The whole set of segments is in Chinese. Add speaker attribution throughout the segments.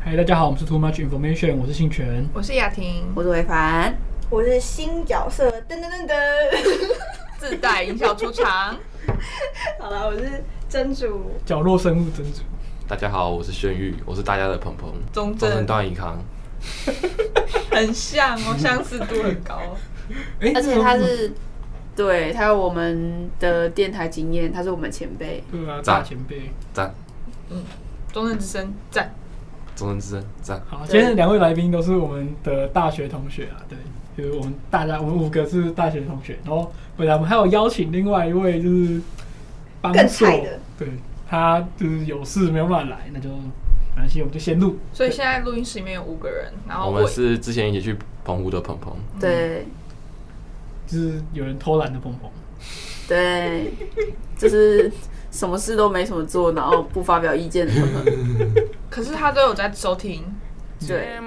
Speaker 1: 嗨，大家好，我们是 Too Much Information，我是信全。
Speaker 2: 我是雅婷，
Speaker 3: 我是韦凡，
Speaker 4: 我是新角色，噔噔噔 噔。
Speaker 2: 自带音效出场。
Speaker 4: 好了，我是真主。
Speaker 1: 角落生物真主，
Speaker 5: 大家好，我是轩玉，我是大家的鹏鹏，
Speaker 2: 中
Speaker 5: 中正
Speaker 2: 正
Speaker 5: 段银行。
Speaker 2: 很像哦，相似度很高。
Speaker 1: 哎
Speaker 3: 而且他是，对他有我们的电台经验，他是我们前辈，
Speaker 1: 对啊，
Speaker 5: 赞
Speaker 1: 大前辈。
Speaker 5: 赞，
Speaker 2: 中正之声赞，
Speaker 5: 中正之声赞，
Speaker 1: 好，今天两位来宾都是我们的大学同学啊，对，就是我们大家我们五个是大学同学，然后未来我们还有邀请另外一位就是帮
Speaker 4: 更
Speaker 1: 手
Speaker 4: 菜的，
Speaker 1: 对他就是有事没有办法来，那就没关系，我们就先录。
Speaker 2: 所以现在录音室里面有五个人，然后
Speaker 5: 我
Speaker 2: 我
Speaker 5: 们是之前一起去澎湖的鹏鹏，
Speaker 1: 嗯
Speaker 3: 对
Speaker 1: 就是有人偷懒的鹏鹏，
Speaker 3: 对，就是什么事都没什么做，然后不发表意见的 朋友，
Speaker 2: 可是他都有在收听，
Speaker 3: 对，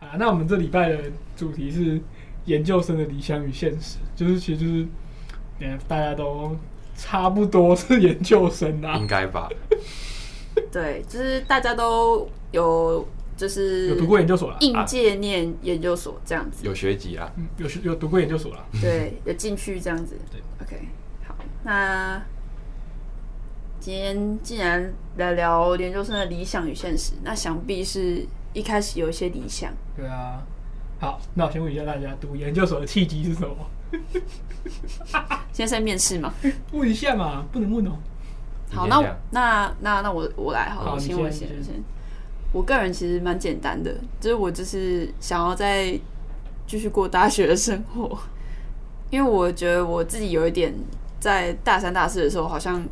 Speaker 1: 啊，那我们这礼拜的主题是研究生的理想与现实，就是其实就是，呃，大家都差不多是研究生啊
Speaker 5: 应，该吧？
Speaker 3: 对，就是大家都有就是
Speaker 1: 有读过研究所啦，
Speaker 3: 应届念研究所这样子，
Speaker 5: 有学籍啊，
Speaker 1: 嗯有学有读过研究所啦，
Speaker 3: 对，有进去这样子。
Speaker 1: 对
Speaker 3: ，OK，好，那今天既然来聊研究生的理想与现实，那想必是一开始有一些理想，
Speaker 1: 对啊。好，那我先问一下大家，读研究所的契机是什么？
Speaker 3: 现在是在面试嘛。
Speaker 1: 问一下嘛，不能问哦、
Speaker 3: 好，
Speaker 5: 你
Speaker 3: 那
Speaker 5: 先
Speaker 3: 我
Speaker 5: 讲
Speaker 3: 那那那我我来好了，
Speaker 1: 好
Speaker 3: 我
Speaker 1: 你
Speaker 3: 先
Speaker 1: 先
Speaker 3: 我
Speaker 1: 你
Speaker 3: 先
Speaker 1: 先
Speaker 3: 我先。我个人其实蛮简单的，就是我就是想要再继续过大学的生活，因为我觉得我自己有一点在大三大四的时候，好像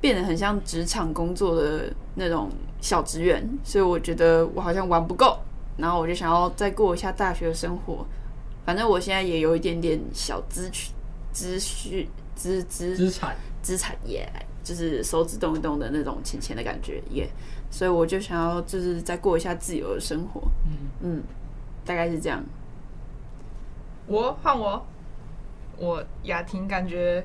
Speaker 3: 变得很像职场工作的那种小职员，所以我觉得我好像玩不够，然后我就想要再过一下大学的生活。反正我现在也有一点点小资趣资讯资资
Speaker 1: 资产
Speaker 3: 资产业，就是手指动一动的那种钱钱的感觉耶。所以我就想要就是再过一下自由的生活，
Speaker 1: 嗯
Speaker 3: 嗯，大概是这样。
Speaker 2: 我换我，我雅婷感觉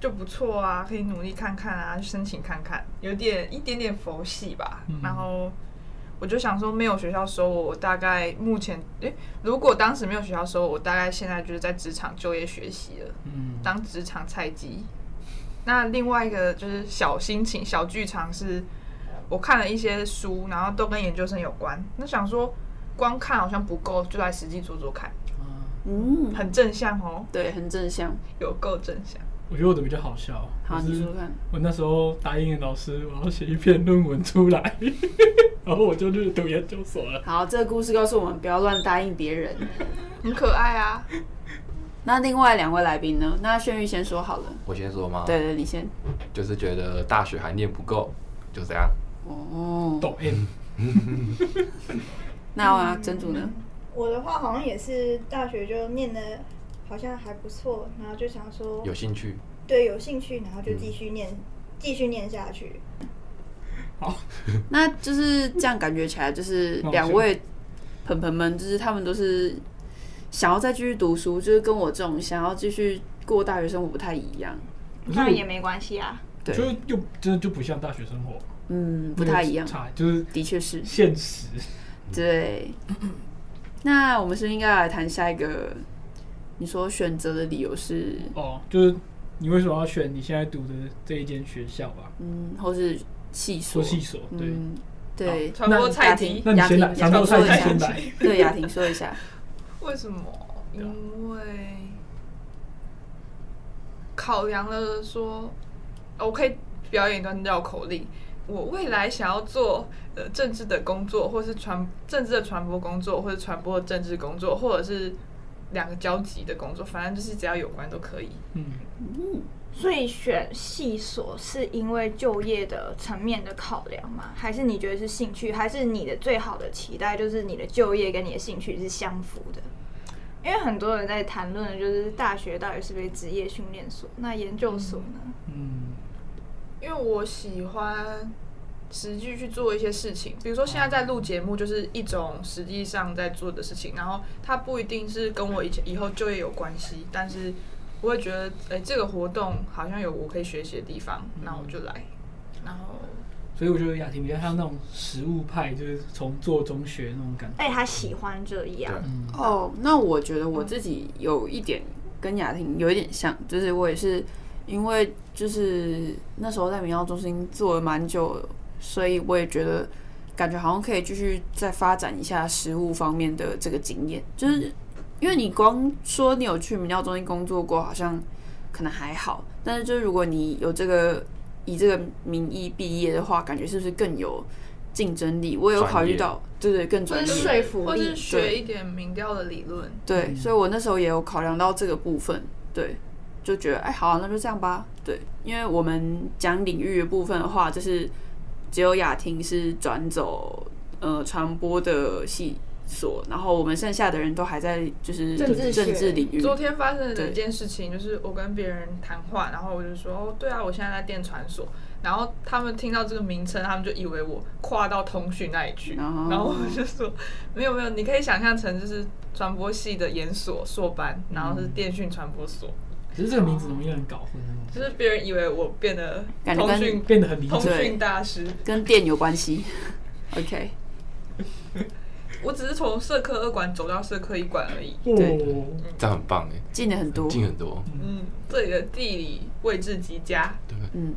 Speaker 2: 就不错啊，可以努力看看啊，去申请看看，有点一点点佛系吧。
Speaker 1: 嗯
Speaker 2: 然后我就想说，没有学校收我，我大概目前诶、如果当时没有学校收我，我大概现在就是在职场就业学习了。
Speaker 1: 嗯，
Speaker 2: 当职场菜鸡。那另外一个就是小心情、小剧场是，我看了一些书，然后都跟研究生有关。那想说，光看好像不够，就来实际做做看，
Speaker 1: 啊
Speaker 3: 嗯，
Speaker 2: 很正向哦，
Speaker 3: 对，很正向。
Speaker 2: 有够正向。
Speaker 1: 我觉得我的比较好笑，
Speaker 3: 好，
Speaker 1: 就
Speaker 3: 你
Speaker 1: 是
Speaker 3: 说说看。
Speaker 1: 我那时候答应老师我要写一篇论文出来， 然后我就去读研究所了。
Speaker 3: 好，这个故事告诉我们不要乱答应别人。
Speaker 2: 很可 爱啊！
Speaker 3: 那另外两位来宾呢？那轩玉先说好了。
Speaker 5: 我先说吗？
Speaker 3: 对，对，你先。
Speaker 5: 就是觉得大学还念不够，就这样。
Speaker 3: 哦，
Speaker 1: 抖 M，
Speaker 3: 那珍珠呢？
Speaker 4: 我的话好像也是大学就念的，好像还不错，然后就想说
Speaker 5: 有兴趣？
Speaker 4: 对有兴趣，然后就继续念，继、续念下去。
Speaker 1: 好，
Speaker 3: 那就是这样，感觉起来就是
Speaker 1: 那我
Speaker 3: 两
Speaker 1: 先
Speaker 3: 位朋朋们，就是他们都是想要再继续读书，就是跟我这种想要继续过大学生活不太一样。
Speaker 1: 那也
Speaker 4: 没关系啊。
Speaker 3: 对
Speaker 1: 就又真的就不像大学生活，
Speaker 3: 嗯，不太一样，
Speaker 1: 差就是
Speaker 3: 的确是。
Speaker 1: 现实。
Speaker 3: 对，那我们是不是应该来谈下一个，你说选择的理由是，
Speaker 1: 哦，就是你为什么要选你现在读的这一间学校啊吧？
Speaker 3: 嗯，或是系所
Speaker 1: 说？系所，对。
Speaker 3: 嗯，对，
Speaker 2: 传播菜
Speaker 3: 雅
Speaker 2: 鸡
Speaker 3: 婷，
Speaker 1: 那你先来，
Speaker 3: 雅婷
Speaker 1: 想到菜
Speaker 3: 说一
Speaker 1: 鸡
Speaker 3: 下
Speaker 1: 先来。
Speaker 3: 对雅婷说一下，
Speaker 2: 为什么？
Speaker 1: 对啊
Speaker 2: 因为考量了说，呃我可以表演一段绕口令。我未来想要做呃政治的工作，或是传政治的传播工作，或者传播的政治工作，或者是两个交集的工作，反正就是只要有关都可以。
Speaker 1: 嗯，
Speaker 6: 所以选系所是因为就业的层面的考量吗？还是你觉得是兴趣？还是你的最好的期待就是你的就业跟你的兴趣是相符的？因为很多人在谈论的就是大学到底是不是职业训练所，那研究所呢？
Speaker 1: 嗯，
Speaker 2: 因为我喜欢实际去做一些事情。比如说现在在录节目，就是一种实际上在做的事情，然后它不一定是跟我以前以后就业有关系，但是我会觉得，哎、这个活动好像有我可以学习的地方，那我就来。然后
Speaker 1: 所以我觉得雅婷比较像那种实物派，就是从做中学那种感觉。
Speaker 6: 哎，他喜欢这样，
Speaker 3: 哦，那我觉得我自己有一点跟雅婷有一点像，就是我也是因为就是那时候在民耀中心做了蛮久，所以我也觉得感觉好像可以继续再发展一下食物方面的这个经验，就是因为你光说你有去民耀中心工作过，好像可能还好，但是就是如果你有这个以这个名义毕业的话，感觉是不是更有竞争力？我有考虑到，对对，更专业，
Speaker 6: 服
Speaker 2: 或是学一点民调的理论，
Speaker 3: 对，所以我那时候也有考量到这个部分，对，就觉得哎，好啊、那就这样吧，对，因为我们讲领域的部分的话，就是只有雅婷是转走呃传播的系所，然后我们剩下的人都还在就是
Speaker 6: 政治学
Speaker 3: 政治领域，
Speaker 2: 昨天发生的
Speaker 3: 对
Speaker 2: 一件事情，就是我跟别人谈话，然后我就说，哦，对啊，我现在在电传所。然后他们听到这个名称，他们就以为我跨到通讯那一句，
Speaker 3: 哦
Speaker 2: 然后我就说没有没有，你可以想象成就是传播系的研所硕班，然后是电讯传播所，
Speaker 1: 只是这个名字容易让人搞混，那
Speaker 2: 就
Speaker 1: 种
Speaker 2: 是别人以为我变得
Speaker 3: 感觉
Speaker 2: 通
Speaker 3: 跟
Speaker 2: 讯
Speaker 1: 变得很理哦
Speaker 2: 通
Speaker 1: 解。
Speaker 2: 讯大师，
Speaker 3: 跟电有关系 ，OK，
Speaker 2: 我只是从社科二馆走到社科一馆而已。
Speaker 1: 哦，
Speaker 5: 这样很棒哎，
Speaker 3: 进了很多，
Speaker 5: 近很多。
Speaker 2: 嗯，这里的地理位置极佳，
Speaker 3: 嗯，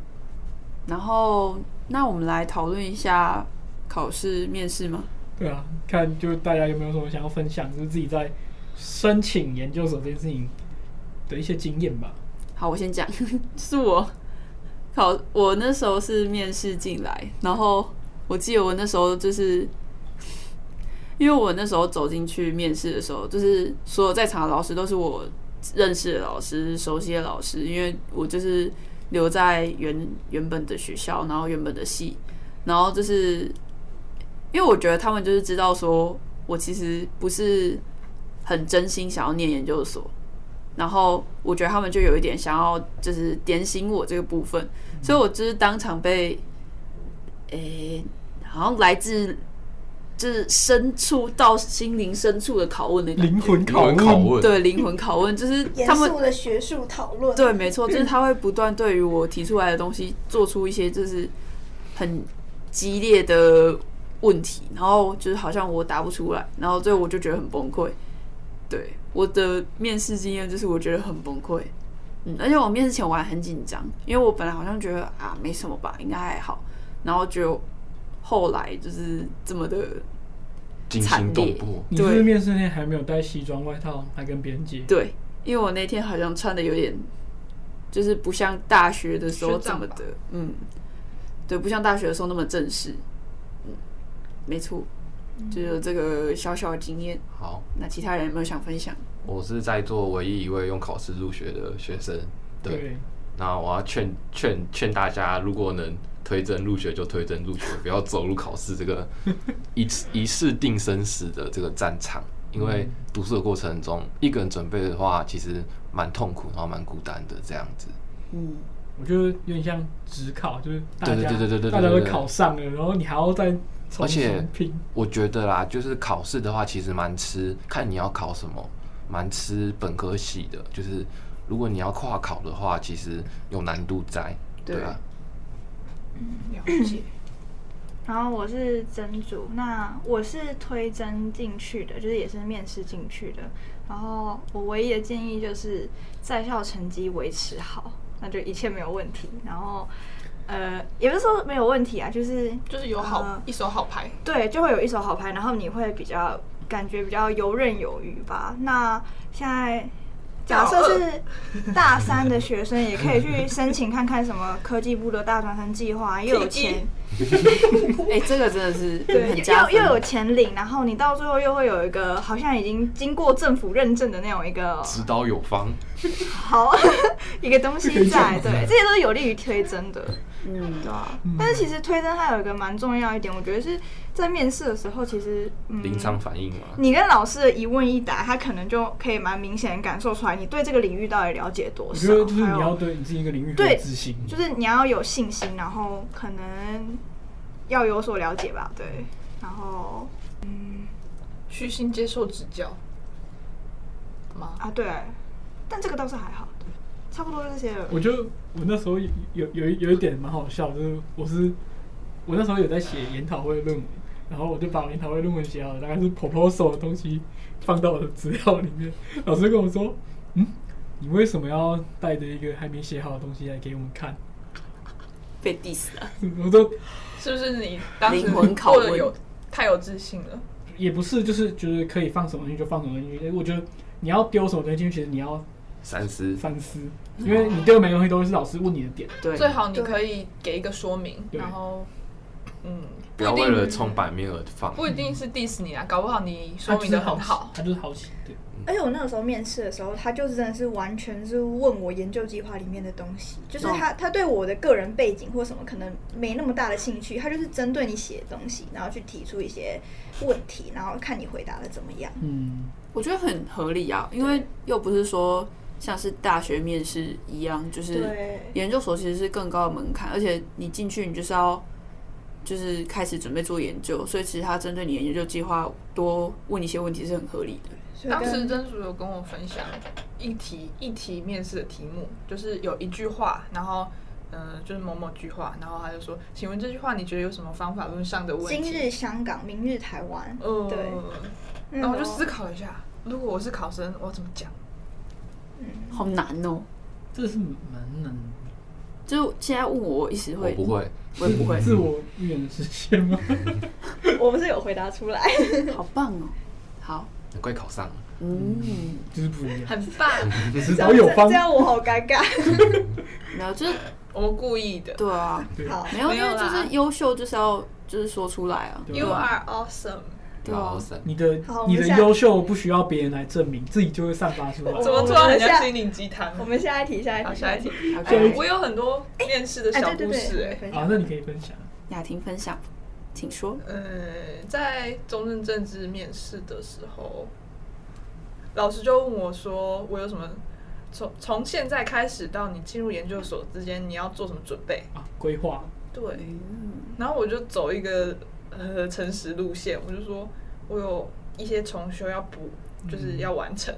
Speaker 3: 然后那我们来讨论一下考试面试吗？
Speaker 1: 对啊，看就大家有没有什么想要分享，就是自己在申请研究所这件事情的一些经验吧。
Speaker 3: 好，我先讲， 就是我考我那时候是面试进来，然后我记得我那时候就是，因为我那时候走进去面试的时候，就是所有在场的老师都是我认识的老师、熟悉的老师，因为我就是留在原原本的学校，然后原本的系，然后就是因为我觉得他们就是知道说我其实不是很真心想要念研究所，然后我觉得他们就有一点想要就是点醒我这个部分，所以我就是当场被，诶、好像来自就是深处到心灵深处的拷问的感觉
Speaker 1: 灵魂
Speaker 5: 有
Speaker 1: 拷
Speaker 5: 人拷
Speaker 1: 问，
Speaker 5: 问，
Speaker 3: 对灵魂拷问，就是
Speaker 4: 严
Speaker 3: 他们
Speaker 4: 肃的学术讨论，
Speaker 3: 对，没错，就是他会不断对于我提出来的东西做出一些就是很激烈的问题，然后就是好像我答不出来，然后最后我就觉得很崩溃。对我的面试经验就是我觉得很崩溃，嗯，而且我面试前我还很紧张，因为我本来好像觉得啊没什么吧，应该还好，然后就后来就是这么的
Speaker 5: 惊
Speaker 3: 惨
Speaker 5: 心动
Speaker 3: 烈
Speaker 5: 魄。
Speaker 1: 你是不是
Speaker 3: 对
Speaker 1: 面试那天还没有带西装外套，还跟别人借？
Speaker 3: 对，因为我那天好像穿的有点，就是不像大学的时候
Speaker 2: 学
Speaker 3: 这
Speaker 2: 长
Speaker 3: 么
Speaker 2: 吧
Speaker 3: 的，嗯，对，不像大学的时候那么正式，嗯，没错，
Speaker 2: 嗯
Speaker 3: 就有这个小小的经验。
Speaker 5: 好，
Speaker 3: 那其他人有没有想分享？
Speaker 5: 我是在座唯一一位用考试入学的学生。对，
Speaker 1: 对，
Speaker 5: 那我要劝劝劝大家，如果能推甄入学就推甄入学，不要走入考试这个一次一试定生死的这个战场。因为读书的过程中，一个人准备的话，其实蛮痛苦，然后蛮孤单的这样子。
Speaker 3: 嗯，
Speaker 1: 我觉得有点像职考，就是大
Speaker 5: 对
Speaker 1: 家
Speaker 5: 对对对对对
Speaker 1: 大家都
Speaker 5: 对对
Speaker 1: 考上了，然后你还要再重
Speaker 5: 而且
Speaker 1: 新拼。
Speaker 5: 我觉得啦，就是考试的话，其实蛮吃看你要考什么，蛮吃本科系的。就是如果你要跨考的话，其实有难度在，
Speaker 3: 对
Speaker 5: 对啊。
Speaker 2: 了解。
Speaker 6: 然后我是真主，那我是推甄进去的，就是也是面试进去的。然后我唯一的建议就是在校成绩维持好，那就一切没有问题。然后，呃，也不是说没有问题啊，就是
Speaker 2: 就是有好、
Speaker 6: 呃
Speaker 2: 一手好牌，
Speaker 6: 对，就会有一手好牌，然后你会比较感觉比较游刃有余吧。那现在假设是大三的学生，也可以去申请看看什么科技部的大专生计划，又有
Speaker 2: TE
Speaker 6: 钱。
Speaker 3: 哎、这个真的是
Speaker 6: 对，
Speaker 3: 很加
Speaker 6: 又
Speaker 3: 分，
Speaker 6: 又有钱领，然后你到最后又会有一个好像已经经过政府认证的那种一个
Speaker 5: 指导有方，
Speaker 6: 好一个东西在，对，这些都是有利于推甄的，
Speaker 3: 嗯，
Speaker 6: 对啊。但是其实推甄它有一个蛮重要一点，我觉得是在面试的时候，其实嗯，
Speaker 5: 临场反应嘛。
Speaker 6: 你跟老师的一问一答，他可能就可以蛮明显地感受出来你对这个领域到底了解多
Speaker 1: 我
Speaker 6: 少，
Speaker 1: 觉得就是你
Speaker 6: 啊还有
Speaker 1: 要对你自己一个领域很
Speaker 6: 对
Speaker 1: 有自信，
Speaker 6: 就是你要有信心，然后可能要有所了解吧，对。然后
Speaker 2: 虚心接受指教吗？
Speaker 6: 啊，对，但这个倒是还好，对，差不多就这些了。
Speaker 1: 我就我那时候有有有一有一点蛮好笑，就是我是我那时候有在写研讨会论文，然后我就把我研讨会论文写好了，大概是 proposal 的东西放到我的资料里面。老师跟我说，嗯，你为什么要带着一个还没写好的东西来给我们看？
Speaker 3: 被 diss 了，
Speaker 1: 我说
Speaker 2: 是不是你当时
Speaker 3: 灵魂拷
Speaker 2: 过
Speaker 3: 问
Speaker 2: 得有太有自信了？
Speaker 1: 也不是，就是就是可以放什么东西就放什么东西。我觉得你要丢什么东西进去，其实你要
Speaker 5: 三思。
Speaker 1: 三思，因为你丢的每个东西都是老师问你的点。
Speaker 3: 对，
Speaker 2: 最好你可以给一个说明，
Speaker 1: 对
Speaker 2: 然后嗯，
Speaker 5: 不要
Speaker 2: 一
Speaker 5: 为
Speaker 2: 定
Speaker 5: 了冲版面而放。
Speaker 2: 不一定是 diss 你啊，搞不好你说明的很好，
Speaker 1: 他就是好奇，对，
Speaker 4: 而哎且我那个时候面试的时候，他就真的是完全是问我研究计划里面的东西，就是
Speaker 1: 哦
Speaker 4: 他、他对我的个人背景或什么可能没那么大的兴趣，他就是针对你写的东西，然后去提出一些问题，然后看你回答的怎么样。
Speaker 1: 嗯，
Speaker 3: 我觉得很合理啊，因为又不是说像是大学面试一样，就是
Speaker 4: 对，
Speaker 3: 研究所其实是更高的门槛，而且你进去你就是要就是开始准备做研究，所以其实他针对你的研究计划多问一些问题是很合理的。
Speaker 4: 所以
Speaker 2: 当时
Speaker 4: 跟
Speaker 2: 真主有跟我分享一题一题面试的题目，就是有一句话，然后嗯、呃就是某某句话，然后他就说，请问这句话你觉得有什么方法论上的问
Speaker 4: 今
Speaker 2: 题？
Speaker 4: 日香港，明日台湾，
Speaker 2: 呃，
Speaker 4: 对，
Speaker 2: 然后我就思考一下，如果我是考生，我要怎么讲？
Speaker 4: 嗯，
Speaker 3: 好难哦、
Speaker 1: 这是蛮难的
Speaker 3: 就现在问我，我一时
Speaker 5: 我
Speaker 3: 会，
Speaker 5: 不，会，
Speaker 3: 我也不 会，
Speaker 1: 自我预言的实现吗？
Speaker 4: 我不是有回答出来，
Speaker 3: 好棒哦、好，
Speaker 5: 难怪考上了。
Speaker 3: 嗯，
Speaker 1: 就是不一样，
Speaker 2: 很 棒，
Speaker 1: 指导有 方
Speaker 4: 这，样我好尴尬。
Speaker 3: 没有，就是
Speaker 2: 我们故意的。
Speaker 3: 对啊，
Speaker 1: 对，
Speaker 4: 好，
Speaker 3: 没有，
Speaker 2: 没
Speaker 3: 因
Speaker 2: 有
Speaker 3: 为就
Speaker 2: 啦
Speaker 3: 是优秀就是要就是说出来啊，
Speaker 1: 对
Speaker 2: You
Speaker 1: 啊
Speaker 2: are awesome，
Speaker 3: 对啊
Speaker 5: 然后省
Speaker 1: 你的
Speaker 4: 好我们
Speaker 1: 你的
Speaker 4: 下
Speaker 1: 优秀不需要别人来证明，自己就会散发出来。
Speaker 2: 怎么突然很像心灵鸡汤？
Speaker 4: 我们下一题，下一题，
Speaker 2: 好，下一题。。哎
Speaker 3: OK，
Speaker 2: 我有很多面试的
Speaker 4: 哎，
Speaker 2: 小
Speaker 4: 对对
Speaker 2: 故事、
Speaker 4: 对，
Speaker 2: 哎、
Speaker 4: 分
Speaker 1: 啊
Speaker 4: 享，
Speaker 1: 那你可以分享，
Speaker 3: 雅婷分享，请说。
Speaker 2: 呃，在中正政治面试的时候，老师就问我说，我有什么从从现在开始到你进入研究所之间，你要做什么准备？
Speaker 1: 啊，规划
Speaker 2: 对，然后我就走一个呃诚实路线，我就说我有一些重修要补，就是要完成。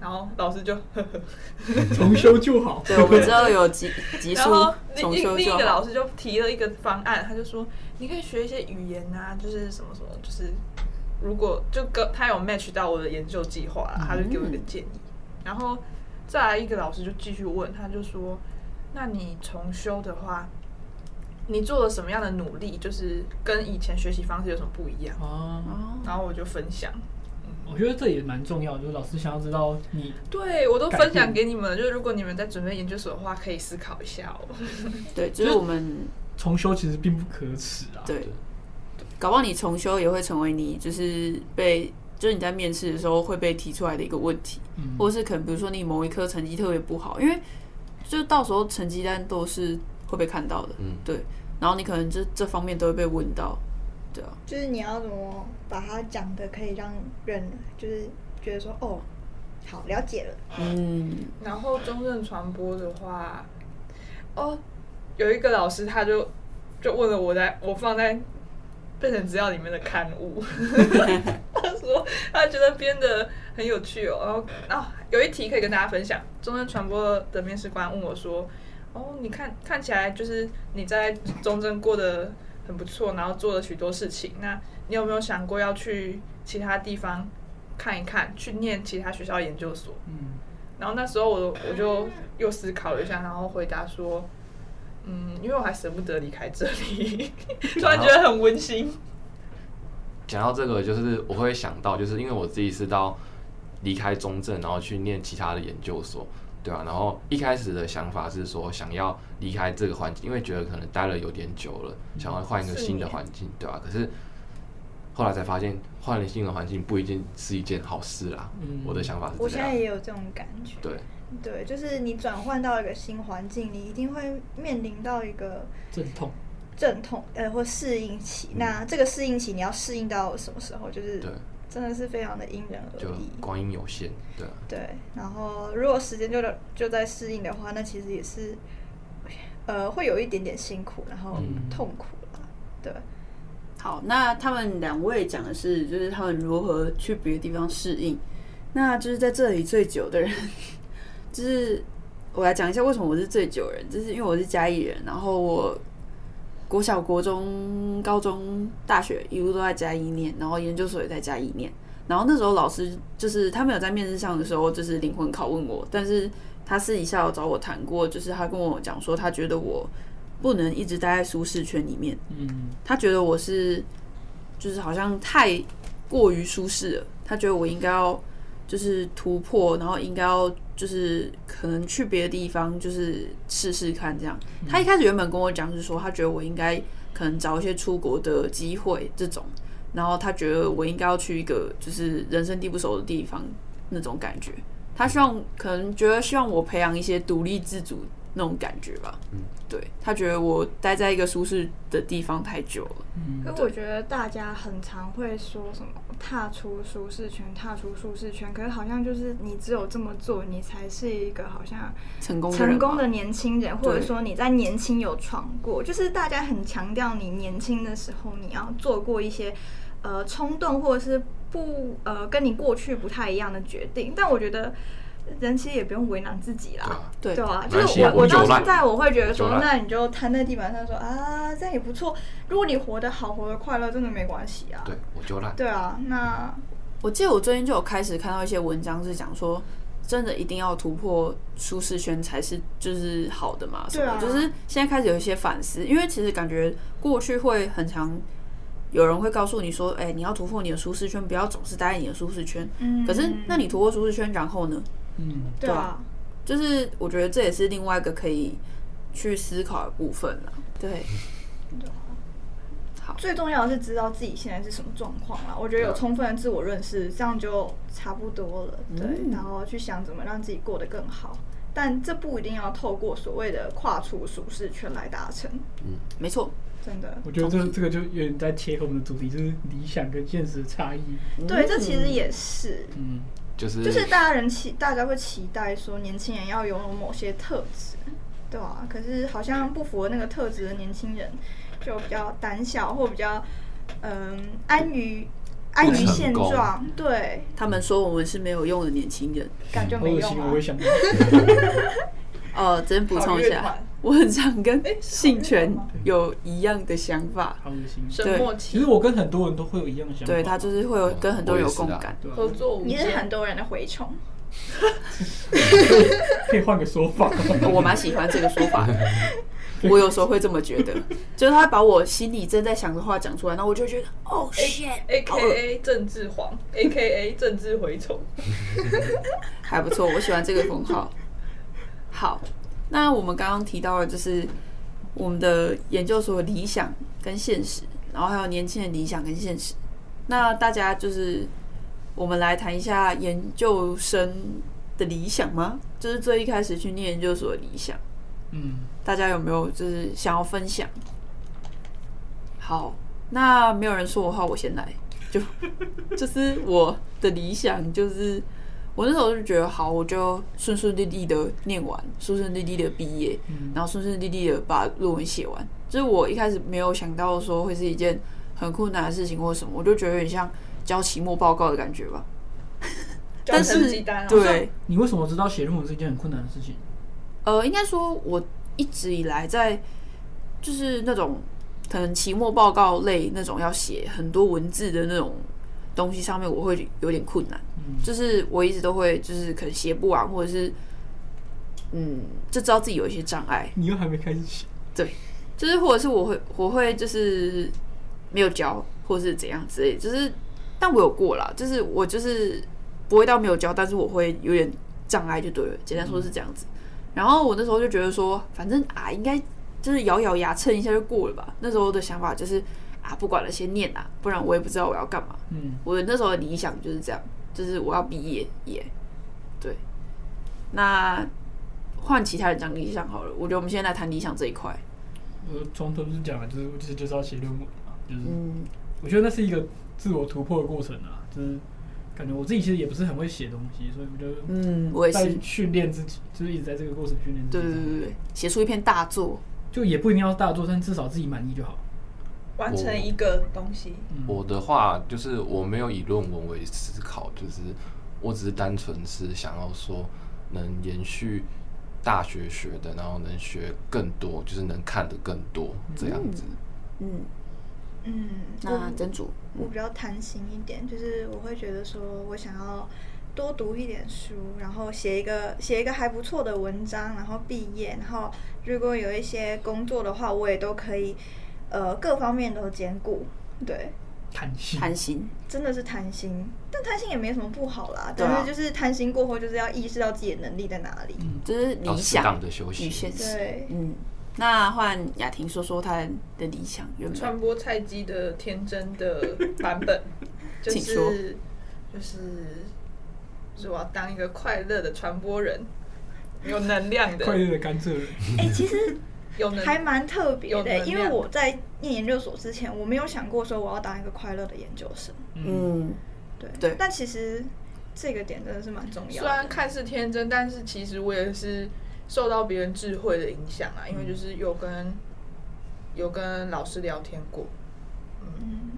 Speaker 2: 然后老师就呵呵，
Speaker 1: 重修就好，
Speaker 3: 对，我们知道有集集
Speaker 2: 然
Speaker 3: 数
Speaker 2: 后另
Speaker 3: 重
Speaker 2: 另
Speaker 3: 修
Speaker 2: 另
Speaker 3: 就
Speaker 2: 一个老
Speaker 3: 好。
Speaker 2: 师就提了一个方案，他就说你可以学一些语言啊，就是什么什么，就是如果就跟他有 match 到我的研究计划啦，他就给我一个建议。然后再来一个老师就继续问，他就说，那你重修的话，你做了什么样的努力，就是跟以前学习方式有什么不一样？
Speaker 1: 啊。
Speaker 2: 然后我就分享，
Speaker 1: 我觉得这也蛮重要，就是老师想要知道你
Speaker 2: 对我都
Speaker 1: 改
Speaker 2: 分享
Speaker 1: 变
Speaker 2: 给你们了，就是如果你们在准备研究所的话，可以思考一下哦。
Speaker 3: 对，就是我们
Speaker 1: 重修其实并不可耻啊。
Speaker 3: 对，搞不好你重修也会成为你就是被就是你在面试的时候会被提出来的一个问题，
Speaker 1: 嗯
Speaker 3: 或者是可能比如说你某一科成绩特别不好，因为就到时候成绩单都是会被看到的，
Speaker 5: 嗯
Speaker 3: 对，然后你可能这这方面都会被问到，对啊，
Speaker 4: 就是你要怎么把它讲的可以让人就是觉得说哦，好了解了，
Speaker 3: 嗯，
Speaker 2: 然后中正传播的话，哦，有一个老师他就就问了我在我放在备审资料里面的刊物，他说他觉得编的很有趣哦，然后啊、有一题可以跟大家分享，中正传播的面试官问我说，哦，你看看起来就是你在中正过得很不错，然后做了许多事情，那你有没有想过要去其他地方看一看，去念其他学校的研究所？
Speaker 1: 嗯，
Speaker 2: 然后那时候我我就又思考了一下，然后回答说，嗯，因为我还舍不得离开这里， 突然觉得很温馨。
Speaker 5: 讲到这个，就是我会想到，就是因为我自己是到离开中正，然后去念其他的研究所，对啊，然后一开始的想法是说想要离开这个环境，因为觉得可能待了有点久了，想要换一个
Speaker 2: 四
Speaker 5: 新的
Speaker 2: 年
Speaker 5: 环境，对啊，可是后来才发现，换了新的环境不一定是一件好事啦。
Speaker 1: 嗯
Speaker 5: 我的想法
Speaker 4: 我
Speaker 5: 是这
Speaker 4: 现在
Speaker 5: 样。
Speaker 4: 也有这种感觉。
Speaker 5: 对，
Speaker 4: 对，就是你转换到一个新环境，你一定会面临到一个
Speaker 1: 阵痛，
Speaker 4: 阵痛，呃，或适应期。那这个适应期你要适应到什么时候？就是
Speaker 5: 对
Speaker 4: 真的是非常的因人而
Speaker 5: 就
Speaker 4: 异。
Speaker 5: 光阴有限，对啊，
Speaker 4: 对，然后如果时间就就在适应的话，那其实也是，呃，会有一点点辛苦，然后
Speaker 5: 嗯
Speaker 4: 痛苦啦。对，
Speaker 3: 好，那他们两位讲的是，就是他们如何去别的地方适应。那就是在这里最久的人，就是我来讲一下为什么我是最久的人，就是因为我是嘉义人，然后我国小、国中、高中、大学一路都在嘉义念，然后研究所也在嘉义念。然后那时候老师就是他们有在面试上的时候，就是灵魂拷问我，但是他私底下有找我谈过，就是他跟我讲说，他觉得我不能一直待在舒适圈里面。
Speaker 1: 嗯，
Speaker 3: 他觉得我是就是好像太过于舒适了，他觉得我应该要就是突破，然后应该要就是可能去别的地方就是试试看这样。他一开始原本跟我讲是说，他觉得我应该可能找一些出国的机会这种，然后他觉得我应该要去一个就是人生地不熟的地方那种感觉。他希望可能觉得希望我培养一些独立自主那种感觉吧。对他觉得我待在一个舒适的地方太久了，
Speaker 1: 嗯
Speaker 6: 可我觉得大家很常会说什么踏出舒适圈，踏出舒适圈，可是好像就是你只有这么做，你才是一个好像
Speaker 3: 成功的人
Speaker 6: 成
Speaker 3: 吧
Speaker 6: 功的年轻人，或者
Speaker 3: 对
Speaker 6: 说你在年轻有闯过，就是大家很强调你年轻的时候你要做过一些呃冲动或者是不呃跟你过去不太一样的决定，但我觉得人其实也不用为难自己啦。
Speaker 3: 对
Speaker 5: 对吧？
Speaker 6: 对啊，
Speaker 5: 没
Speaker 6: 就
Speaker 5: 关
Speaker 6: 是
Speaker 5: 系
Speaker 6: 我我
Speaker 5: 我们
Speaker 6: 到
Speaker 5: 就
Speaker 6: 现
Speaker 5: 烂
Speaker 6: 在我会觉得
Speaker 5: 就
Speaker 6: 说，
Speaker 5: 烂
Speaker 6: 那你就瘫在地板上说啊，这样也不错。如果你活得好，活得快乐，真的没关系啊。
Speaker 5: 对，我就烂。
Speaker 6: 对啊，那
Speaker 3: 我记得我最近就有开始看到一些文章是讲说，真的一定要突破舒适圈才是就是好的嘛，什
Speaker 6: 对
Speaker 3: 么、
Speaker 6: 啊
Speaker 3: 就是现在开始有一些反思，因为其实感觉过去会很常有人会告诉你说，哎、你要突破你的舒适圈，不要总是待在你的舒适圈。
Speaker 6: 嗯
Speaker 3: 可是那你突破舒适圈，然后呢？
Speaker 1: 嗯，
Speaker 6: 对啊，
Speaker 3: 就是我觉得这也是另外一个可以去思考的部分了。对，
Speaker 6: 最重要的是知道自己现在是什么状况啦。我觉得
Speaker 5: 啊
Speaker 6: 有充分的自我认识，这样就差不多了。
Speaker 5: 嗯
Speaker 6: 对，然后去想怎么让自己过得更好。但这不一定要透过所谓的跨出舒适圈来达成，
Speaker 3: 没错，
Speaker 6: 真的。
Speaker 1: 我觉得这这个就有点在切合我们的主题，就是理想跟现实的差异。
Speaker 6: 对，这其实也是，
Speaker 1: 嗯，
Speaker 5: 就是
Speaker 6: 就是大家人期大家会期待说年轻人要拥有某些特质，对啊，可是好像不符合那个特质的年轻人，就比较胆小或比较嗯安于安于现状，对，
Speaker 3: 他们说我们是没有用的年轻人。
Speaker 6: 感觉
Speaker 1: 好
Speaker 6: 没
Speaker 1: 恶心，
Speaker 6: 用
Speaker 1: 我会
Speaker 6: 啊。
Speaker 1: 想到。
Speaker 3: 呃，只能补充一
Speaker 2: 好乐
Speaker 3: 下
Speaker 2: 团，
Speaker 3: 我很常跟
Speaker 6: 诶
Speaker 3: 性权
Speaker 6: 好
Speaker 3: 有一样的想法。
Speaker 1: 好恶心。
Speaker 2: 沈默
Speaker 1: 其
Speaker 2: 契
Speaker 1: 实我跟很多人都会有一样的想法，
Speaker 3: 对他就是会有跟很多人有共
Speaker 5: 哦我也是
Speaker 3: 感
Speaker 5: 啊，
Speaker 1: 对啊
Speaker 2: 合作无
Speaker 6: 你是很
Speaker 2: 间，
Speaker 6: 多人的蛔虫，
Speaker 1: 可以换个说法。
Speaker 3: 我蛮喜欢这个说 法的。我有时候会这么觉得，就是他把我心里正在想的话讲出来，那我就会觉得哦 shit，
Speaker 2: ，A
Speaker 3: 好
Speaker 2: K
Speaker 3: 恶
Speaker 2: A 政治黄，A K A 政治蛔虫。
Speaker 3: 还不错，我喜欢这个封号。好，那我们刚刚提到的就是我们的研究所理想跟现实，然后还有年轻人理想跟现实。那大家就是我们来谈一下研究生的理想吗？就是最一开始去念研究所的理想，
Speaker 1: 嗯，
Speaker 3: 大家有没有就是想要分享？好，那没有人说我的话，我先来。就 就是我的理想，就是我那时候就觉得好，我就顺顺利利的念完，顺顺利利的毕业，然后顺顺利利的把论文写完。就是我一开始没有想到说会是一件很困难的事情或什么，我就觉得有点像交期末报告的感觉吧。但
Speaker 2: 成
Speaker 3: 是
Speaker 2: 绩单啊
Speaker 3: 对，
Speaker 1: 你为什么知道写论文是一件很困难的事情？
Speaker 3: 呃，应该说我一直以来在就是那种可能期末报告类那种要写很多文字的那种东西上面，我会有点困难。就是我一直都会就是可能写不完，或者是嗯，就知道自己有一些障碍，
Speaker 1: 你又还没开始写，
Speaker 3: 就是或者是我会我会就是没有交，或者是怎样之类，就是但我有过啦，就是我就是不会到没有交，但是我会有点障碍就对了，简单说是这样子。然后我那时候就觉得说，反正啊，应该就是咬咬牙撑一下就过了吧。那时候的想法就是啊，不管了，先念啊，不然我也不知道我要干嘛。
Speaker 1: 嗯，
Speaker 3: 我那时候的理想就是这样，就是我要毕业耶。对，那换其他人讲理想好了，我觉得我们现在来谈理想这一块。
Speaker 1: 我从头就是讲了，就是我其实就是要写论文嘛，就是
Speaker 3: 嗯，
Speaker 1: 我觉得那是一个自我突破的过程啊，就是感觉我自己其实也不是很会写东西，所以我就
Speaker 3: 嗯，我也
Speaker 1: 在
Speaker 3: 是。
Speaker 1: 训练自己，就是一直在这个过程训练自
Speaker 3: 对对
Speaker 1: 己，
Speaker 3: 对对对，写出一篇大作。
Speaker 1: 就也不一定要大作，但至少自己满意就好。
Speaker 2: 完成一个东西，
Speaker 1: 嗯
Speaker 5: 我的话就是我没有以论文为思考，就是我只是单纯是想要说能延续大学学的，然后能学更多，就是能看的更多这样子。
Speaker 3: 嗯，
Speaker 4: 嗯，
Speaker 3: 那
Speaker 4: 我
Speaker 3: 真主，
Speaker 4: 我比较贪心一点，就是我会觉得说我想要多读一点书，然后写一个写一个还不错的文章，然后毕业，然后如果有一些工作的话，我也都可以，呃，各方面都兼顾。对，
Speaker 1: 贪心，
Speaker 3: 贪心，
Speaker 4: 真的是贪心，但贪心也没什么不好啦。
Speaker 3: 对啊
Speaker 4: 但是就是贪心过后，就是要意识到自己的能力在哪里。
Speaker 3: 就是
Speaker 5: 要
Speaker 3: 理
Speaker 5: 哦适
Speaker 3: 想
Speaker 5: 当的休
Speaker 3: 与现
Speaker 4: 对
Speaker 5: 息，
Speaker 3: 实。嗯，那换雅婷说说她的理想原本
Speaker 2: 传播菜鸡的天真的版本，就
Speaker 3: 请说
Speaker 2: 是就是就是我要当一个快乐的传播人，有能量
Speaker 1: 快
Speaker 2: 的，
Speaker 1: 乐的甘蔗人，
Speaker 4: 哎、其实
Speaker 2: 有能
Speaker 4: 还蛮特别
Speaker 2: 有能
Speaker 4: 的，
Speaker 2: 量
Speaker 4: 因为我在念研究所之前，我没有想过说我要当一个快乐的研究生。
Speaker 1: 嗯，
Speaker 3: 嗯，
Speaker 4: 对
Speaker 3: 对
Speaker 4: 但其实这个点真的是蛮重要
Speaker 2: 虽然
Speaker 4: 的。
Speaker 2: 看似天真，但是其实我也是受到别人智慧的影响啊，因为就是有跟有跟老师聊天过，
Speaker 4: 嗯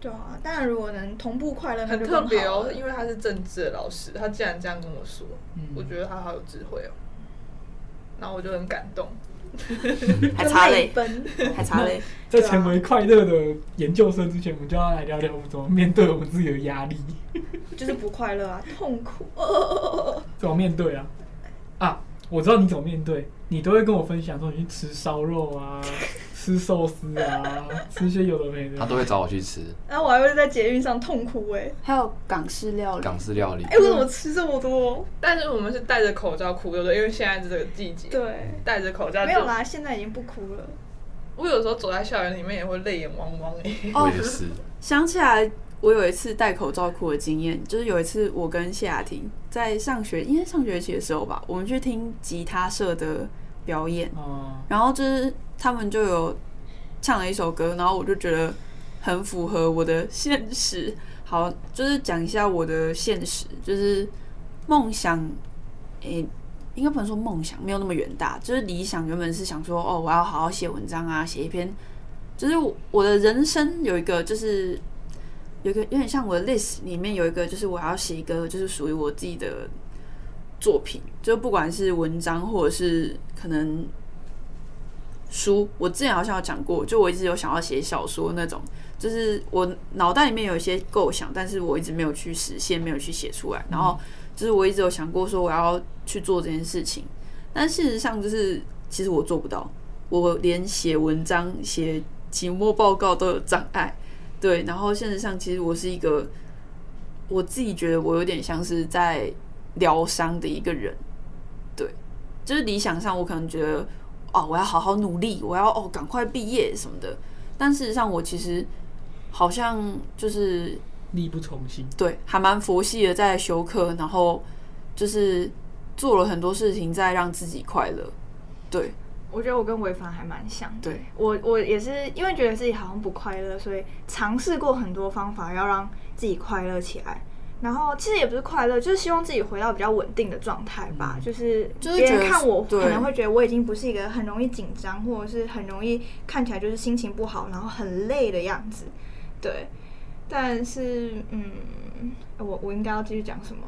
Speaker 4: 对啊，当然如果能同步快乐，那
Speaker 2: 很
Speaker 4: 就
Speaker 2: 特
Speaker 4: 更
Speaker 6: 欸
Speaker 2: 别
Speaker 4: 好
Speaker 2: 哦
Speaker 4: 了，
Speaker 2: 因为他是政治的老师，他竟然这样跟我说，
Speaker 1: 嗯
Speaker 2: 我觉得他好有智慧哦，然后我就很感动。
Speaker 3: 还差
Speaker 4: 泪
Speaker 3: 嘞，
Speaker 4: 奔。
Speaker 3: 还差嘞，
Speaker 1: 在成为快乐的研究生之前，我们就要来聊聊我们怎么面对我们自己的压力，
Speaker 4: 就是不快乐啊，痛苦。 哦哦哦哦哦
Speaker 1: 怎么面对啊？啊，我知道你怎么面对，你都会跟我分享说你去吃烧肉 啊，吃寿司啊，吃一些有的没的。
Speaker 5: 他都会找我去吃
Speaker 4: 然后我还会在捷运上痛哭哎、
Speaker 3: 还有港式料理，
Speaker 5: 港式料理
Speaker 4: 哎、。为什么吃这么多？
Speaker 2: 但是我们是戴着口罩哭，对不对？因为现在是这个季节，
Speaker 4: 对，
Speaker 2: 戴着口罩就
Speaker 4: 没有。啦，现在已经不哭了。
Speaker 2: 我有时候走在校园里面也会泪眼汪欸汪诶、
Speaker 5: 我也是，
Speaker 3: 想起来，我有一次戴口罩哭的经验，就是有一次我跟谢雅婷在上学，应该上学期的时候吧，我们去听吉他社的表演，
Speaker 1: 啊，
Speaker 3: 然后就是他们就有唱了一首歌，然后我就觉得很符合我的现实。好，就是讲一下我的现实，就是梦想，诶、应该不能说梦想，没有那么远大，就是理想原本是想说，哦，我要好好写文章啊，写一篇，就是我我的人生有一个就是。有一个有点像我的 list 里面有一个，就是我要写一个就是属于我自己的作品，就不管是文章或者是可能书，我之前好像有讲过，就我一直有想要写小说那种，就是我脑袋里面有一些构想，但是我一直没有去实现，没有去写出来。然后就是我一直有想过说我要去做这件事情，但事实上就是其实我做不到，我连写文章、写期末报告都有障碍。对，然后现实上其实我是一个，我自己觉得我有点像是在疗伤的一个人。对，就是理想上我可能觉得哦，我要好好努力，我要哦赶快毕业什么的。但事实上，我其实好像就是
Speaker 1: 力不从心，
Speaker 3: 对，还蛮佛系的在休克，然后就是做了很多事情在让自己快乐。对
Speaker 6: 我觉得我跟潍凡还蛮像的。
Speaker 3: 对，
Speaker 6: 我我也是因为觉得自己好像不快乐，所以尝试过很多方法要让自己快乐起来。然后其实也不是快乐，就是希望自己回到比较稳定的状态吧。就是
Speaker 3: 嗯就是
Speaker 6: 别
Speaker 3: 觉
Speaker 6: 人
Speaker 3: 得
Speaker 6: 看我
Speaker 3: 对
Speaker 6: 可能会觉得我已经不是一个很容易紧张，或者是很容易看起来就是心情不好，然后很累的样子。对，但是嗯，我我应该要继续讲什么？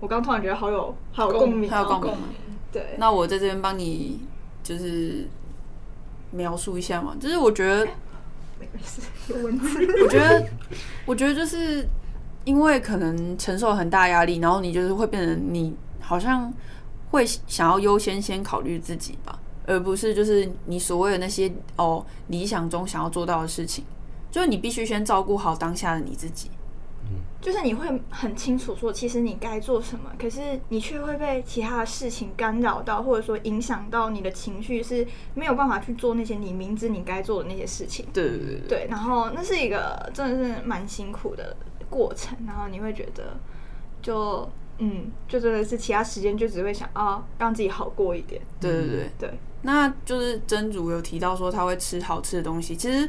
Speaker 6: 我刚突然觉得好有好有
Speaker 2: 共
Speaker 6: 共鸣
Speaker 3: 还有
Speaker 6: 哦，
Speaker 3: 共鸣吗。
Speaker 6: 对，
Speaker 3: 那我在这边帮你就是描述一下嘛，就是我觉得
Speaker 6: 没事，有文字。
Speaker 3: 我觉得，我觉得就是因为可能承受很大压力，然后你就是会变成你好像会想要优先先考虑自己吧，而不是就是你所谓的那些哦理想中想要做到的事情，就是你必须先照顾好当下的你自己。
Speaker 6: 就是你会很清楚说，其实你该做什么，可是你却会被其他的事情干扰到，或者说影响到你的情绪，是没有办法去做那些你明知你该做的那些事情。
Speaker 3: 对对对对，
Speaker 6: 对，然后那是一个真的是蛮辛苦的过程，然后你会觉得就嗯，就真的是其他时间就只会想要让自己好过一点。
Speaker 3: 对对对。
Speaker 6: 嗯对，
Speaker 3: 那就是真主有提到说他会吃好吃的东西，其实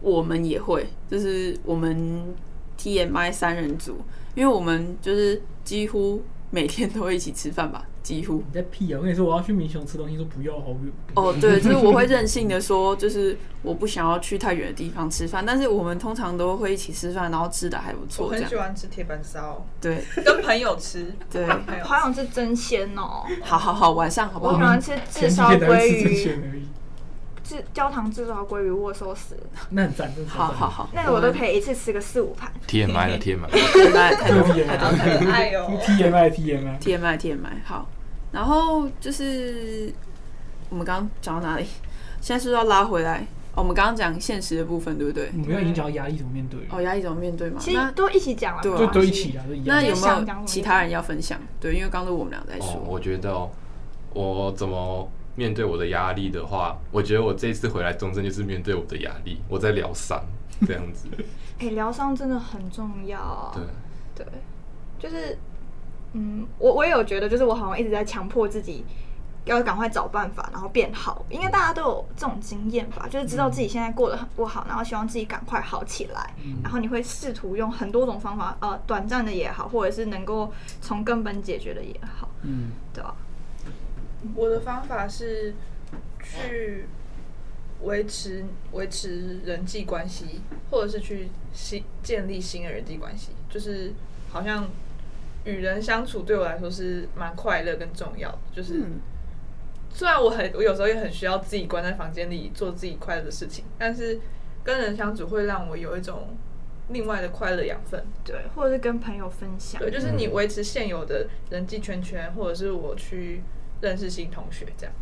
Speaker 3: 我们也会，就是我们 TMI 三人组，因为我们就是几乎每天都会一起吃饭吧， 几乎。
Speaker 1: 你在屁啊！我跟你说，我要去民雄吃东西，说不要好远。
Speaker 3: 哦，对，就是我会任性的说，就是我不想要去太远的地方吃饭，但是我们通常都会一起吃饭，然后吃的还不
Speaker 2: 我
Speaker 3: 错，这
Speaker 2: 很喜
Speaker 3: 样。
Speaker 2: 欢吃铁板烧，
Speaker 3: 对
Speaker 2: 跟朋友吃。
Speaker 3: 对，
Speaker 2: 朋友
Speaker 6: 好想吃真鲜哦！
Speaker 3: 好好好，晚上好不
Speaker 6: 我喜
Speaker 3: 好？
Speaker 6: 欢吃炙
Speaker 1: 哦前几
Speaker 6: 烧
Speaker 1: 天才
Speaker 6: 鲑
Speaker 1: 吃真
Speaker 6: 鱼，
Speaker 1: 鲜而已，
Speaker 6: 炙焦糖炙烧鲑鱼握寿司，
Speaker 1: 那很赞，真的超
Speaker 3: 好
Speaker 1: 赞
Speaker 3: 好，好，
Speaker 6: 那个我都可以一次吃个四五盘。
Speaker 5: TMI 了 TMI 了。
Speaker 3: 来太
Speaker 1: 这
Speaker 3: 多
Speaker 1: 个
Speaker 3: 了太多了。
Speaker 2: 可爱哦！
Speaker 1: TMI TMI，
Speaker 3: TMI TMI 好，然后就是我们刚刚讲到哪里？现在是不是要拉回来？哦，我们刚刚讲现实的部分，对不对
Speaker 1: 我？们要已经讲到压力怎么面对了，
Speaker 3: 嗯哦，压力怎么面对嘛？
Speaker 6: 其
Speaker 3: 那
Speaker 6: 实都一起讲了，
Speaker 3: 对啊
Speaker 1: 就
Speaker 6: 没关
Speaker 1: 都一
Speaker 6: 系
Speaker 1: 起。啦，就一
Speaker 3: 那
Speaker 1: 样。
Speaker 3: 有没
Speaker 6: 想讲什
Speaker 3: 有
Speaker 6: 么
Speaker 3: 其
Speaker 6: 就
Speaker 3: 他人要分享？对，因为刚刚都我们俩在
Speaker 5: 哦，
Speaker 3: 说，
Speaker 5: 我觉得哦，我怎么面对我的压力的话，我觉得我这一次回来中正就是面对我的压力，我在疗伤这样子。
Speaker 6: 哎，疗伤真的很重要。
Speaker 5: 对，
Speaker 6: 对，就是，嗯，我我也有觉得，就是我好像一直在强迫自己要赶快找办法，然后变好。应该大家都有这种经验吧，就是知道自己现在过得很不好，然后希望自己赶快好起来，
Speaker 1: 嗯
Speaker 6: 然后你会试图用很多种方法，呃，短暂的也好，或者是能够从根本解决的也好，
Speaker 1: 嗯，
Speaker 6: 对吧、
Speaker 2: 我的方法是去维持维持人际关系，或者是去新建立新的人际关系，就是好像与人相处对我来说是蛮快乐跟重要的，就是。
Speaker 3: 嗯，
Speaker 2: 虽然我很，我有时候也很需要自己关在房间里做自己快乐的事情，但是跟人相处会让我有一种另外的快乐养分。
Speaker 6: 对，或者是跟朋友分享
Speaker 2: 对，。就是你维持现有的人际圈圈，或者是我去认识新同学这样。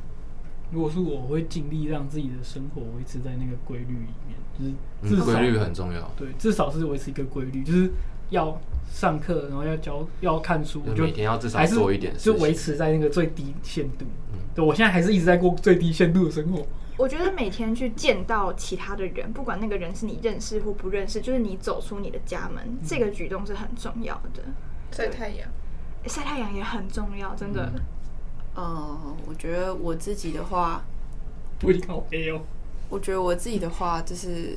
Speaker 1: 如果是我，我会尽力让自己的生活维持在那个规律里面，就是啊
Speaker 5: 嗯，
Speaker 1: 至少
Speaker 5: 规律很重要，
Speaker 1: 对，至少是维持一个规律，就是要上课，然后要教，要看书，我
Speaker 5: 就
Speaker 1: 就
Speaker 5: 每天要至少
Speaker 1: 还是
Speaker 5: 做一点事
Speaker 1: 就维
Speaker 5: 情。
Speaker 1: 持在那个最低限度。
Speaker 5: 嗯
Speaker 1: 对我现在还是一直在过最低限度的生活。
Speaker 6: 我觉得每天去见到其他的人，不管那个人是你认识或不认识，就是你走出你的家门，这个举动是很重要的。
Speaker 2: 晒太阳，
Speaker 6: 晒太阳也很重要，真的。
Speaker 3: 呃，我觉得我自己的话，
Speaker 1: 我已经好黑哦，
Speaker 3: 我觉得我自己的话就是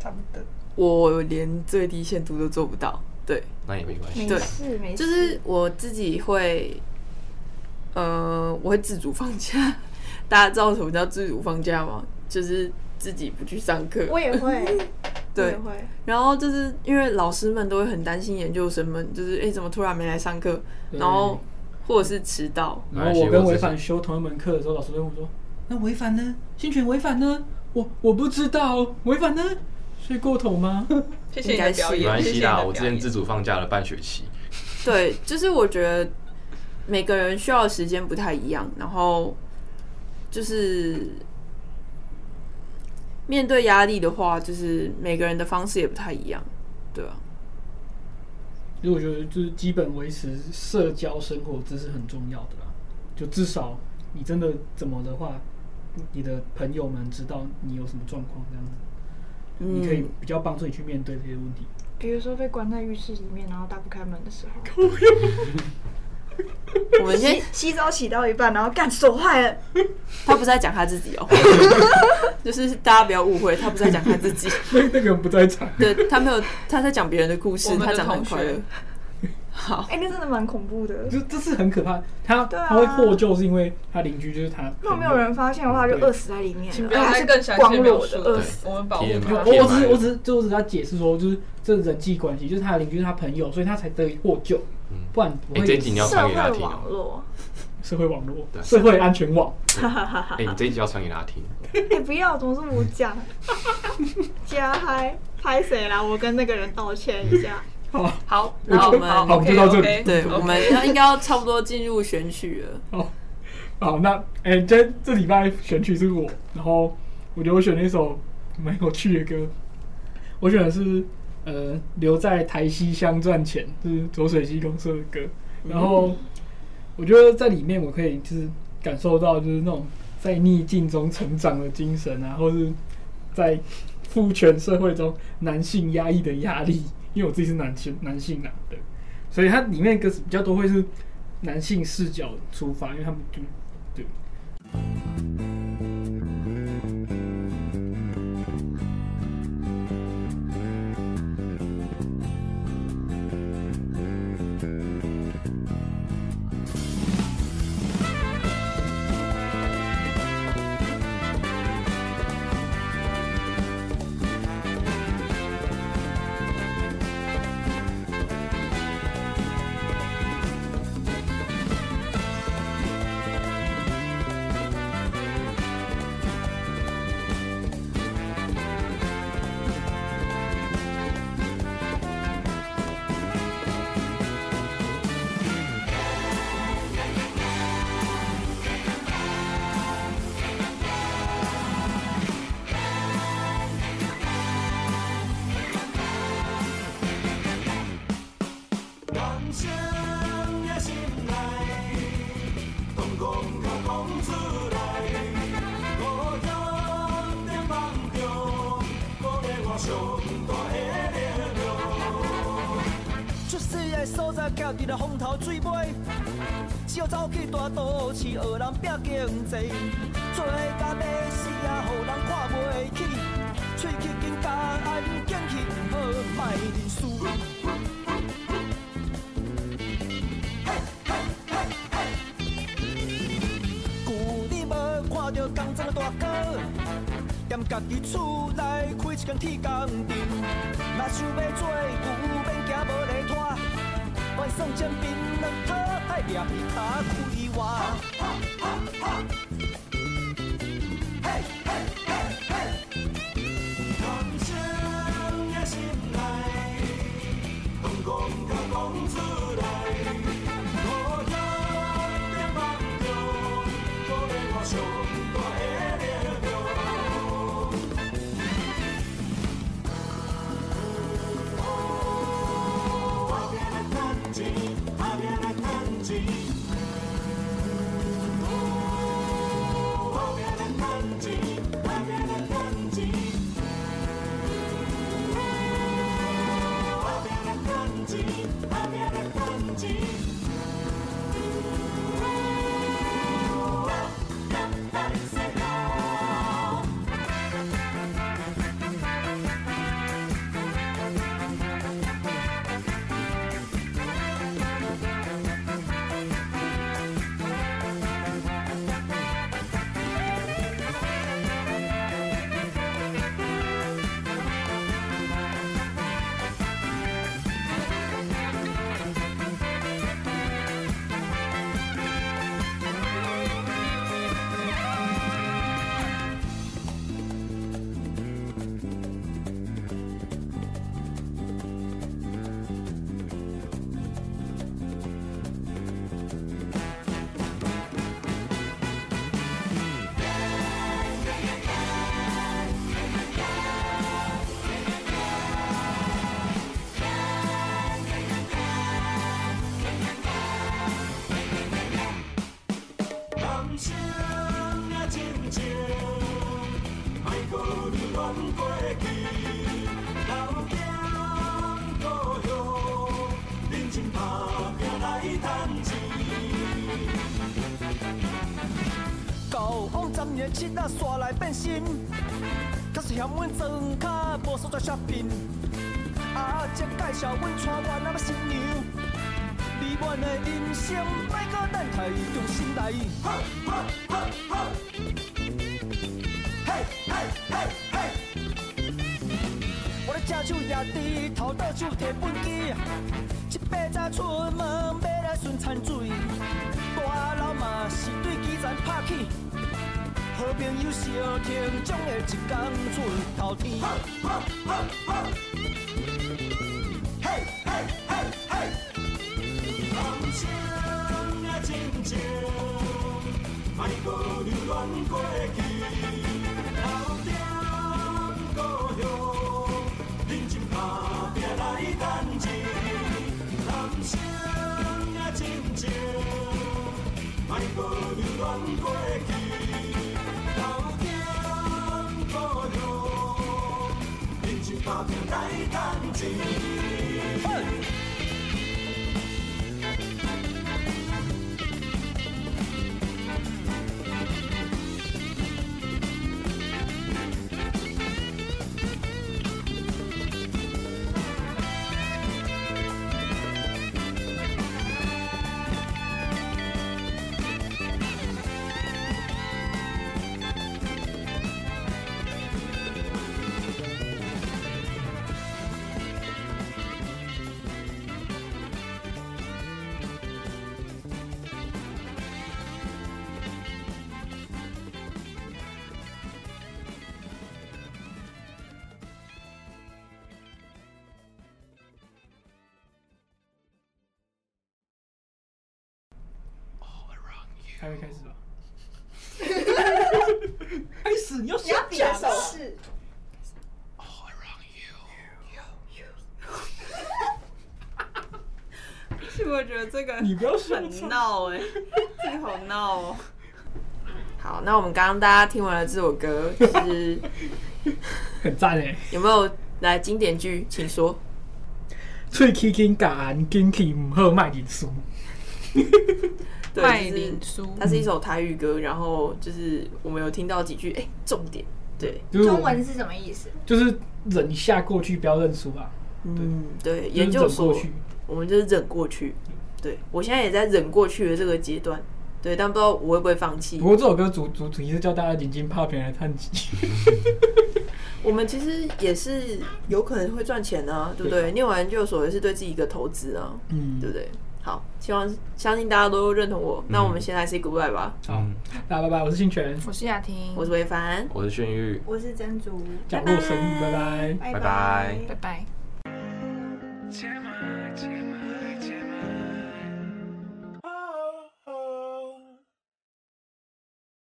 Speaker 2: 差不多。
Speaker 3: 我连最低限度都做不到，对。
Speaker 5: 那也没关系。
Speaker 6: 没
Speaker 3: 对
Speaker 6: 事没事，
Speaker 3: 就是我自己会，呃，我会自主放假。 大家知道什么叫自主放假吗？就是自己不去上课。
Speaker 6: 我也会，我
Speaker 3: 对
Speaker 6: 也，会，
Speaker 3: 然后就是因为老师们都会很担心研究生们，就是哎、诶怎么突然没来上课，
Speaker 1: 对
Speaker 3: 然后或者是迟 到。
Speaker 5: 没
Speaker 1: 然
Speaker 5: 关
Speaker 1: 后
Speaker 5: 系
Speaker 1: 我跟
Speaker 5: 我
Speaker 1: 违
Speaker 5: 自己
Speaker 1: 反修同一门课的时候，老师就问我说：“那违反呢？新权违反呢？我我不知道，违反呢？睡过头 吗？
Speaker 2: 谢谢你的表
Speaker 5: 没
Speaker 2: 演，
Speaker 5: 关
Speaker 2: 谢谢
Speaker 5: 系
Speaker 2: 你的
Speaker 5: 啦，
Speaker 2: 表
Speaker 5: 我之前
Speaker 2: 演。
Speaker 5: 自主放假了半学期，
Speaker 3: 对，就是我觉得每个人需要的时间不太一样，然后就是面对压力的话，就是每个人的方式也不太一样，对啊。
Speaker 1: 因为我觉得就是基本维持社交生活这是很重要的啦。就至少你真的怎么的话，你的朋友们知道你有什么状况，这样子，你可以
Speaker 3: 嗯
Speaker 1: 比较帮助你去面对这些问题。
Speaker 6: 比如说被关在浴室里面，然后打不开门的时候，
Speaker 3: 我们 先
Speaker 6: 洗洗澡洗到一半，然后干手坏了，
Speaker 3: 他不是在讲他自己 哦，就是大家不要误会，他不是在讲他自 己，
Speaker 1: 那 那个人不在场，
Speaker 3: 对他没有，他在讲别人的故
Speaker 2: 我
Speaker 3: 事，
Speaker 2: 们
Speaker 3: 他
Speaker 2: 的
Speaker 3: 讲得很快乐
Speaker 2: 同学。
Speaker 3: 好，
Speaker 6: 哎、那真的蛮恐怖 的。
Speaker 1: 就这是很可怕。他、
Speaker 6: 对啊
Speaker 1: 他会获救是因为他邻居就是他。
Speaker 6: 如果没有人发现的话，就饿死在里面
Speaker 2: 请
Speaker 6: 了，
Speaker 2: 不要
Speaker 6: 而且
Speaker 2: 再更
Speaker 6: 是
Speaker 2: 详
Speaker 6: 光
Speaker 2: 细地描
Speaker 6: 裸的
Speaker 2: 述
Speaker 6: 饿
Speaker 2: 了
Speaker 6: 死。，
Speaker 2: 我们保护
Speaker 5: 贴满
Speaker 1: 就
Speaker 2: 他
Speaker 5: 贴。
Speaker 1: 我我
Speaker 5: 满
Speaker 1: 只是
Speaker 5: 了
Speaker 1: 我只是就我只是要解释说，就是这人际关系，就是他的邻居是他朋友，所以他才得以获救，
Speaker 5: 嗯
Speaker 1: 不然不
Speaker 5: 哎
Speaker 1: 会
Speaker 5: 这一集你
Speaker 1: 有
Speaker 5: 要
Speaker 6: 社
Speaker 5: 传给他
Speaker 6: 会
Speaker 5: 听
Speaker 6: 网
Speaker 5: 哦。
Speaker 6: 络，
Speaker 1: 社会网络、
Speaker 5: 对
Speaker 1: 社会安全网。
Speaker 6: 啊
Speaker 5: 哎，你这一集要传给他听。哦
Speaker 6: 哎、不要，怎么是我讲？ 加嗨，拍谁啦？我跟那个人道歉一下。
Speaker 1: 好，
Speaker 2: 好，
Speaker 1: 我
Speaker 2: 然后
Speaker 3: 我们
Speaker 2: 好
Speaker 1: 好
Speaker 2: ，OK，
Speaker 1: 就到这里
Speaker 2: OK，
Speaker 3: 对
Speaker 2: OK
Speaker 3: 我们要应该要差不多进入选曲了。
Speaker 1: 好，那哎、这这礼拜选曲是我，然后我觉得我选了一首蛮有趣的歌，我选的是呃留在台西乡赚钱，就是浊水溪公社的歌，然后我觉得在里面我可以就是感受到就是那种在逆境中成长的精神啊，或是在父权社会中男性压抑的压力，因为我自己是男性男性男的，所以它里面歌词比较多会是男性视角出发，因为他们就对。
Speaker 7: 声的心内，戆戆的风出来，孤单在梦中，鼓励我上大的力量。
Speaker 8: 出世的所在，行伫了风头水尾，只有走去大都市，学人拼经济，做甲要死啊，予人看袂起，喙齿紧咬，安景气毋好，莫认输。看到工作的大哥，踮家己厝内开一间铁工厂，若想要做牛，免惊无地拖，外送煎饼两脚歹抓，脚开外。
Speaker 7: 嘿嘿嘿嘿，男生的心内，戆戆甲戆出来，孤单在梦中，鼓励我上大的力量。打拼来赚钱，打拼来赚钱。打拼来赚钱，打拼来赚钱，打拼来赚钱，打拼来赚钱，我甘来洗脑。人生也亲像，莫搁你阮过去，留点故乡，认真打拼来赚钱。
Speaker 8: 交往十年七啊，煞来变心，确实嫌阮装卡无所在 shopping。阿姐介绍阮娶我那要新娘，美满的人生，莫搁等待重新来。我咧正手也伫头倒手提本机，一八早出门要来顺田水，大楼嘛是对基层拍起，好朋友相挺，总会一天出头天。
Speaker 7: 人生也亲像，莫搁留恋过去，留点故乡，认真打拼来赚钱。人生也亲像，莫搁留恋过去，留点故乡，认真打拼来赚钱。
Speaker 1: 还没开始 吧？开始，你要
Speaker 4: 你要比的手势，
Speaker 3: 是我觉得这个
Speaker 1: 你不要笑
Speaker 3: 很闹哎、这个好闹哦。好，那我们刚刚大家听完了这首歌，就是
Speaker 1: 很赞哎。
Speaker 3: 有没有来经典剧？请说。
Speaker 1: 喙齿紧夹，紧去唔好卖认输。
Speaker 3: 对
Speaker 2: 卖
Speaker 3: 就是
Speaker 2: 脸书
Speaker 3: 它是一首台语歌，然后就是我们有听到几句，哎、重点，对，
Speaker 1: 就是我
Speaker 6: 中文是什么意思？
Speaker 1: 就是忍一下过去，不要认输啊。
Speaker 3: 嗯，对，
Speaker 1: 就是
Speaker 3: 研
Speaker 1: 忍
Speaker 3: 究
Speaker 1: 过
Speaker 3: 所，
Speaker 1: 去，
Speaker 3: 我们就是忍过去。对我现在也在忍过去的这个阶段，对，但不知道我会不会放弃
Speaker 1: 不。过这首歌主主主题是叫大家眼睛怕别人来探气。
Speaker 3: 我们其实也是有可能会赚钱啊，对不对？念完研究所也是对自己一个投资啊，
Speaker 1: 嗯，
Speaker 3: 对不对？好，希望相信大家都认同我。那我们先来 say goodbye 吧。
Speaker 1: 好，大家拜拜，我是新泉，
Speaker 2: 我是雅婷，
Speaker 3: 我是韦凡，
Speaker 5: 嗯我是炫玉，
Speaker 6: 我是珍珠，
Speaker 1: 角落生物，拜拜。
Speaker 5: 拜拜
Speaker 2: 拜拜。
Speaker 7: 切嘛切嘛